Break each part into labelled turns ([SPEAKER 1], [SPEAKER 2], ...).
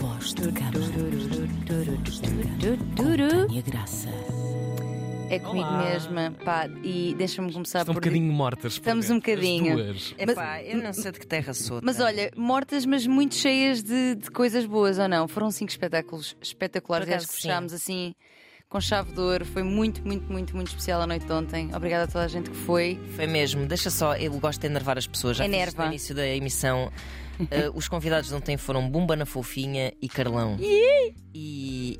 [SPEAKER 1] Panos de cama. E a graça.
[SPEAKER 2] É comigo
[SPEAKER 3] Olá.
[SPEAKER 2] mesma, pá, e deixa-me começar
[SPEAKER 3] Estão um
[SPEAKER 2] por.
[SPEAKER 3] bocadinho mortas. por
[SPEAKER 2] Estamos
[SPEAKER 3] dentro,
[SPEAKER 2] um bocadinho.
[SPEAKER 3] As duas.
[SPEAKER 4] Epá, É eu não sei de que terra sou. tá?
[SPEAKER 2] Mas olha, mortas, mas muito cheias de, de coisas boas ou não? Foram cinco espetáculos espetaculares
[SPEAKER 4] Por
[SPEAKER 2] e acho
[SPEAKER 4] acaso,
[SPEAKER 2] que
[SPEAKER 4] sim.
[SPEAKER 2] fechámos assim com chave de ouro. Foi muito, muito, muito, muito especial a noite de ontem. Obrigada a toda a gente que foi.
[SPEAKER 4] Foi mesmo, deixa só, eu gosto de enervar as pessoas. Já fiz
[SPEAKER 2] Enerva.
[SPEAKER 4] isto no início da emissão. Eh, os convidados de ontem foram Bumba na Fofinha e Carlão. E.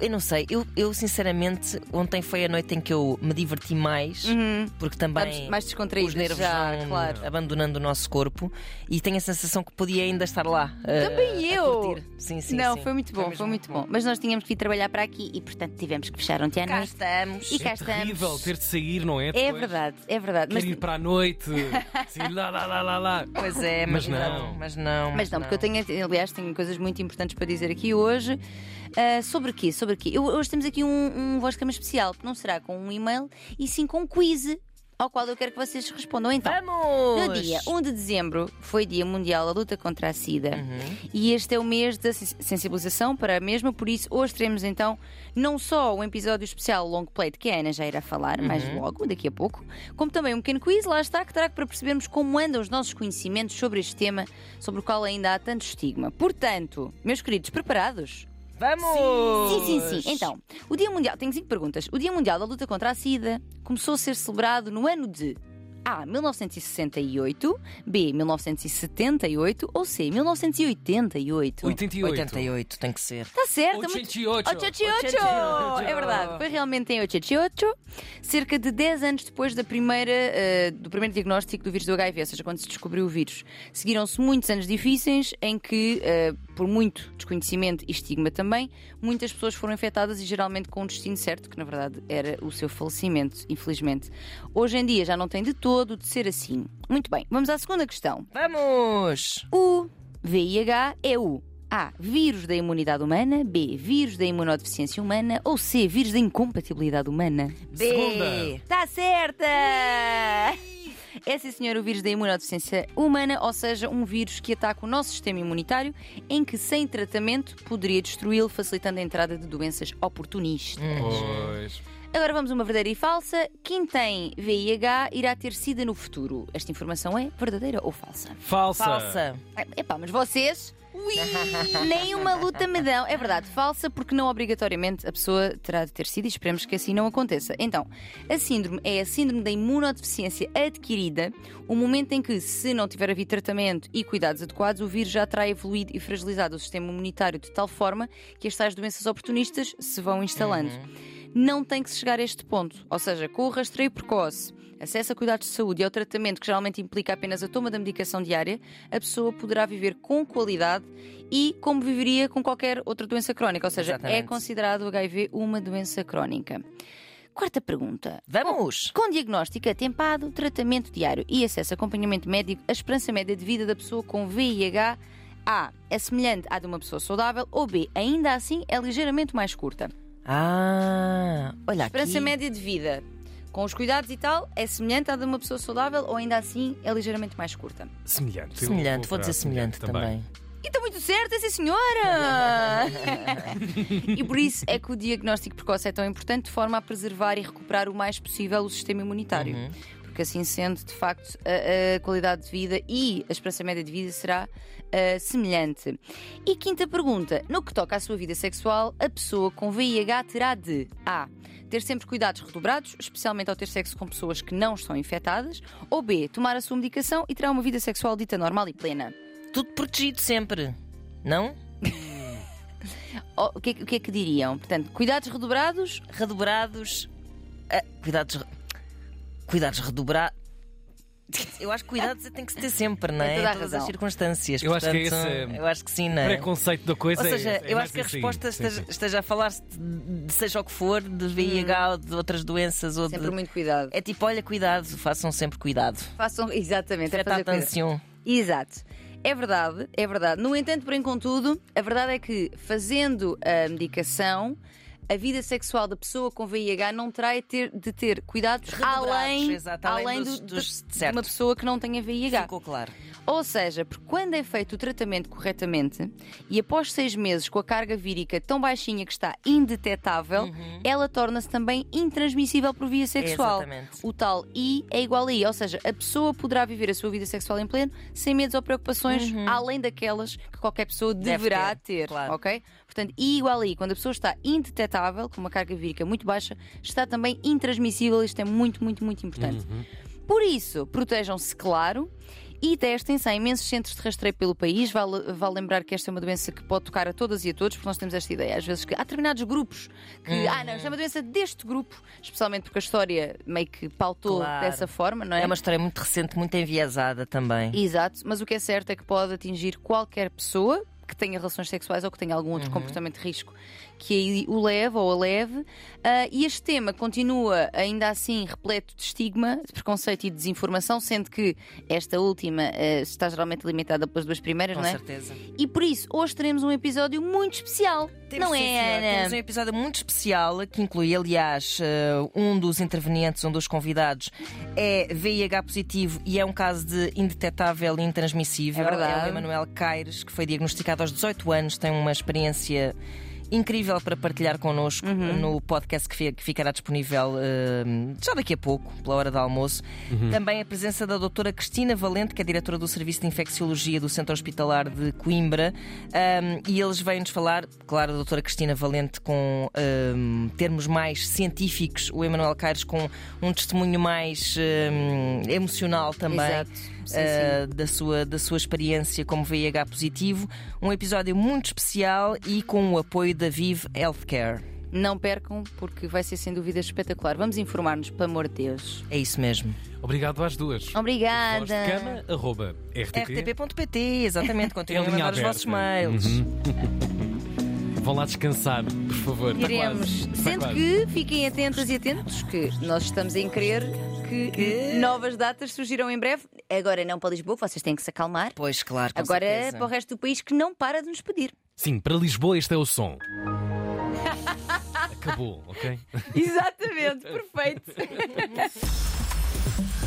[SPEAKER 4] Eu não sei, eu, eu sinceramente, ontem foi a noite em que eu me diverti mais, porque também
[SPEAKER 2] Uhum. Estamos mais descontraídos
[SPEAKER 4] os nervos
[SPEAKER 2] já,
[SPEAKER 4] vão
[SPEAKER 2] claro.
[SPEAKER 4] abandonando o nosso corpo e tenho a sensação que podia ainda estar lá. eh,
[SPEAKER 2] Também
[SPEAKER 4] a
[SPEAKER 2] eu.
[SPEAKER 4] curtir. Sim, sim,
[SPEAKER 2] não,
[SPEAKER 4] sim.
[SPEAKER 2] foi muito bom, foi,
[SPEAKER 4] mesmo
[SPEAKER 2] muito bom. Mas nós tínhamos que ir trabalhar para aqui e, portanto, tivemos que fechar ontem à
[SPEAKER 4] Cá
[SPEAKER 2] noite.
[SPEAKER 4] estamos.
[SPEAKER 2] E cá
[SPEAKER 3] É terrível
[SPEAKER 2] estamos.
[SPEAKER 3] ter de sair, não é?
[SPEAKER 2] É
[SPEAKER 3] Depois,
[SPEAKER 2] verdade, é verdade.
[SPEAKER 3] Quero
[SPEAKER 2] Mas,
[SPEAKER 3] ir para a noite. Sim, lá, lá, lá, lá, lá.
[SPEAKER 4] Pois é,
[SPEAKER 3] Mas
[SPEAKER 4] mas,
[SPEAKER 3] não.
[SPEAKER 4] não. Mas não.
[SPEAKER 2] mas não, porque eu tenho, aliás, tenho coisas muito importantes para dizer aqui hoje. Ah, sobre quê? Sobre quê? Eu- hoje temos aqui um, um voz de cama especial, que não será com um e-mail e sim com um quiz, ao qual eu quero que vocês respondam. Então,
[SPEAKER 4] Vamos!
[SPEAKER 2] No dia 1 de dezembro foi Dia Mundial da Luta contra a SIDA. E este é o mês da sen- sensibilização para a mesma, por isso hoje teremos então não só um episódio especial long play de que a Ana já irá falar mais logo, daqui a pouco, como também um pequeno quiz, lá está, que trago para percebermos como andam os nossos conhecimentos sobre este tema, sobre o qual ainda há tanto estigma. Portanto, meus queridos, preparados?
[SPEAKER 4] Vamos!
[SPEAKER 2] Sim, sim, sim. Então, o Dia Mundial, tenho cinco perguntas. O Dia Mundial da Luta contra a SIDA começou a ser celebrado no ano de A. 1968, B. 1978 ou C. 1988.
[SPEAKER 3] 88.
[SPEAKER 4] 88 tem que ser.
[SPEAKER 2] Está certo, é muito.
[SPEAKER 3] 88.
[SPEAKER 2] 88! É verdade, foi realmente em 88, cerca de 10 anos depois da primeira, eh, do primeiro diagnóstico do vírus do HIV, ou seja, quando se descobriu o vírus. Seguiram-se muitos anos difíceis em que, eh, por muito desconhecimento e estigma também, muitas pessoas foram infectadas e geralmente com um destino certo, que na verdade era o seu falecimento, infelizmente. Hoje em dia já não tem de todo de ser assim. Muito bem, vamos à segunda questão.
[SPEAKER 4] Vamos!
[SPEAKER 2] O VIH é o A. Vírus da imunidade humana, B. Vírus da imunodeficiência humana ou C. Vírus da incompatibilidade humana.
[SPEAKER 4] B.
[SPEAKER 3] Segunda.
[SPEAKER 2] Está certa! É sim, senhor, o vírus da imunodeficiência humana, ou seja, um vírus que ataca o nosso sistema imunitário, em que sem tratamento poderia destruí-lo, facilitando a entrada de doenças oportunistas.
[SPEAKER 3] Hum. Pois.
[SPEAKER 2] Agora vamos a uma verdadeira e falsa. Quem tem VIH irá ter SIDA no futuro. Esta informação é verdadeira ou falsa?
[SPEAKER 3] Falsa.
[SPEAKER 4] Falsa.
[SPEAKER 2] É, Epá, mas vocês. Nem uma luta me dão. É verdade, falsa, porque não obrigatoriamente a pessoa terá de ter sido e esperemos que assim não aconteça. Então, a síndrome é a síndrome da imunodeficiência adquirida, o momento em que, se não tiver havido tratamento e cuidados adequados, o vírus já terá evoluído e fragilizado o sistema imunitário de tal forma que as tais doenças oportunistas se vão instalando. Não tem que se chegar a este ponto, ou seja, com o rastreio precoce, acesso a cuidados de saúde e ao tratamento que geralmente implica apenas a toma da medicação diária, a pessoa poderá viver com qualidade e como viveria com qualquer outra doença crónica, ou seja, é
[SPEAKER 4] Exatamente.
[SPEAKER 2] considerado o HIV uma doença crónica. Quarta pergunta.
[SPEAKER 4] Vamos!
[SPEAKER 2] Com diagnóstico atempado, tratamento diário e acesso a acompanhamento médico, a esperança média de vida da pessoa com VIH A é semelhante à de uma pessoa saudável ou B, ainda assim é ligeiramente mais curta.
[SPEAKER 4] Ah, olha aqui.
[SPEAKER 2] Esperança média de vida com os cuidados e tal é semelhante à de uma pessoa saudável ou ainda assim é ligeiramente mais curta.
[SPEAKER 3] Semelhante. Eu
[SPEAKER 4] Semelhante, vou dizer
[SPEAKER 3] para
[SPEAKER 4] semelhante também.
[SPEAKER 2] E está muito certo, essa senhora! e por isso é que o diagnóstico precoce é tão importante de forma a preservar e recuperar o mais possível o sistema imunitário. Porque assim sendo, de facto, a, a qualidade de vida e a esperança média de vida será ah, semelhante. E quinta pergunta: no que toca à sua vida sexual, a pessoa com VIH terá de A. Ter sempre cuidados redobrados, especialmente ao ter sexo com pessoas que não estão infectadas, ou B. Tomar a sua medicação e terá uma vida sexual dita normal e plena.
[SPEAKER 4] Tudo protegido sempre. Não?
[SPEAKER 2] Oh, o, que é, que- o que é que diriam? Portanto, cuidados redobrados,
[SPEAKER 4] Redobrados. Ah, cuidados. re- Cuidados redobrados. Eu acho que cuidados tem que se ter sempre, não é?
[SPEAKER 2] Tem toda a
[SPEAKER 4] em todas
[SPEAKER 2] razão.
[SPEAKER 4] as circunstâncias.
[SPEAKER 3] Eu acho que é
[SPEAKER 4] portanto,
[SPEAKER 3] esse, eh,
[SPEAKER 4] Eu acho que sim, não é?
[SPEAKER 3] Preconceito da coisa.
[SPEAKER 4] Ou seja,
[SPEAKER 3] é- é
[SPEAKER 4] eu
[SPEAKER 3] mais
[SPEAKER 4] acho que a
[SPEAKER 3] assim.
[SPEAKER 4] resposta
[SPEAKER 3] Sim,
[SPEAKER 4] esteja,
[SPEAKER 3] sim.
[SPEAKER 4] esteja a falar-se de, de seja o que for, de VIH ou de outras doenças. Ou
[SPEAKER 2] sempre
[SPEAKER 4] de...
[SPEAKER 2] muito cuidado.
[SPEAKER 4] É tipo, olha, cuidado, façam sempre cuidado. um.
[SPEAKER 2] Façam exatamente é
[SPEAKER 4] Presta
[SPEAKER 2] fazer cuidado.
[SPEAKER 4] atenção.
[SPEAKER 2] Exato. É verdade, é verdade. No entanto, porém, contudo, a verdade é que fazendo a medicação, a vida sexual da pessoa com VIH não terá de ter, de ter cuidados
[SPEAKER 4] Redobrados,
[SPEAKER 2] além,
[SPEAKER 4] exato, além
[SPEAKER 2] além
[SPEAKER 4] dos-
[SPEAKER 2] do-
[SPEAKER 4] dos-
[SPEAKER 2] de- de
[SPEAKER 4] certo.
[SPEAKER 2] uma pessoa que não tenha VIH.
[SPEAKER 4] Ficou claro.
[SPEAKER 2] Ou seja, porque quando é feito o tratamento corretamente e após seis meses com a carga vírica tão baixinha que está indetetável,
[SPEAKER 4] Uhum.
[SPEAKER 2] ela torna-se também intransmissível por via sexual.
[SPEAKER 4] Exatamente.
[SPEAKER 2] O tal I é igual a I, ou seja, a pessoa poderá viver a sua vida sexual em pleno sem medos ou preocupações além daquelas que qualquer pessoa
[SPEAKER 4] Uhum. Deve
[SPEAKER 2] deverá
[SPEAKER 4] ter,
[SPEAKER 2] ter,
[SPEAKER 4] claro.
[SPEAKER 2] ok? Portanto, I igual a I, quando a pessoa está indetetável, com uma carga vírica muito baixa, está também intransmissível, isto é muito, muito, muito importante.
[SPEAKER 4] Uhum.
[SPEAKER 2] Por isso, protejam-se, claro, e testem-se. Há imensos centros de rastreio pelo país. Vale, vale lembrar que esta é uma doença que pode tocar a todas e a todos, porque nós temos esta ideia, às vezes, que há determinados grupos que,
[SPEAKER 4] Uhum.
[SPEAKER 2] ah, não, isto é uma doença deste grupo, especialmente porque a história meio que pautou
[SPEAKER 4] Claro.
[SPEAKER 2] dessa forma, não é?
[SPEAKER 4] É uma história muito recente, muito enviesada também.
[SPEAKER 2] Exato, mas o que é certo é que pode atingir qualquer pessoa que tenha relações sexuais ou que tenha algum
[SPEAKER 4] Uhum.
[SPEAKER 2] outro comportamento de risco que aí o leve ou a leve. Ah, e este tema continua ainda assim repleto de estigma, de preconceito e de desinformação, sendo que esta última ah, está geralmente limitada pelas duas primeiras,
[SPEAKER 4] Com
[SPEAKER 2] não é?
[SPEAKER 4] certeza.
[SPEAKER 2] E por isso, hoje teremos um episódio muito especial.
[SPEAKER 4] Temos,
[SPEAKER 2] não
[SPEAKER 4] sim,
[SPEAKER 2] é,
[SPEAKER 4] senhora.
[SPEAKER 2] Ana?
[SPEAKER 4] Temos um episódio muito especial que inclui, aliás, eh, um dos intervenientes, um dos convidados, é VIH positivo e é um caso de indetetável e intransmissível.
[SPEAKER 2] É verdade.
[SPEAKER 4] É o Emanuel Caires, que foi diagnosticado aos 18 anos, tem uma experiência. Incrível para partilhar connosco
[SPEAKER 2] Uhum.
[SPEAKER 4] no podcast que, fi- que ficará disponível eh, já daqui a pouco, pela hora do almoço. Também a presença da doutora Cristina Valente, que é diretora do Serviço de Infecciologia do Centro Hospitalar de Coimbra. Um, e eles vêm-nos falar, claro, a doutora Cristina Valente com um, termos mais científicos, o Emanuel Caires com um testemunho mais um, emocional também.
[SPEAKER 2] Exato. Sim, sim.
[SPEAKER 4] uh, Da, sua, da sua experiência como VIH positivo, um episódio muito especial e com o apoio da Vive Healthcare.
[SPEAKER 2] Não percam, porque vai ser sem dúvida espetacular. Vamos informar-nos, pelo amor de Deus.
[SPEAKER 4] É isso mesmo.
[SPEAKER 3] Obrigado às duas.
[SPEAKER 2] Obrigada.
[SPEAKER 3] Voz de cama, arroba, RTP.
[SPEAKER 4] RTP.pt, exatamente. Continuem a
[SPEAKER 3] linha
[SPEAKER 4] mandar os
[SPEAKER 3] aberta.
[SPEAKER 4] vossos mails.
[SPEAKER 3] Vão lá descansar, por favor. Está
[SPEAKER 2] Iremos.
[SPEAKER 3] Tá quase. Está
[SPEAKER 2] Sendo
[SPEAKER 3] quase.
[SPEAKER 2] que fiquem atentas e atentos que nós estamos em querer que, novas datas surgiram em breve. Agora não para Lisboa, vocês têm que se acalmar.
[SPEAKER 4] Pois, claro. com
[SPEAKER 2] Agora
[SPEAKER 4] certeza.
[SPEAKER 2] para o resto do país que não para de nos pedir.
[SPEAKER 3] Sim, para Lisboa este é o som. Acabou, ok?
[SPEAKER 2] Exatamente, perfeito.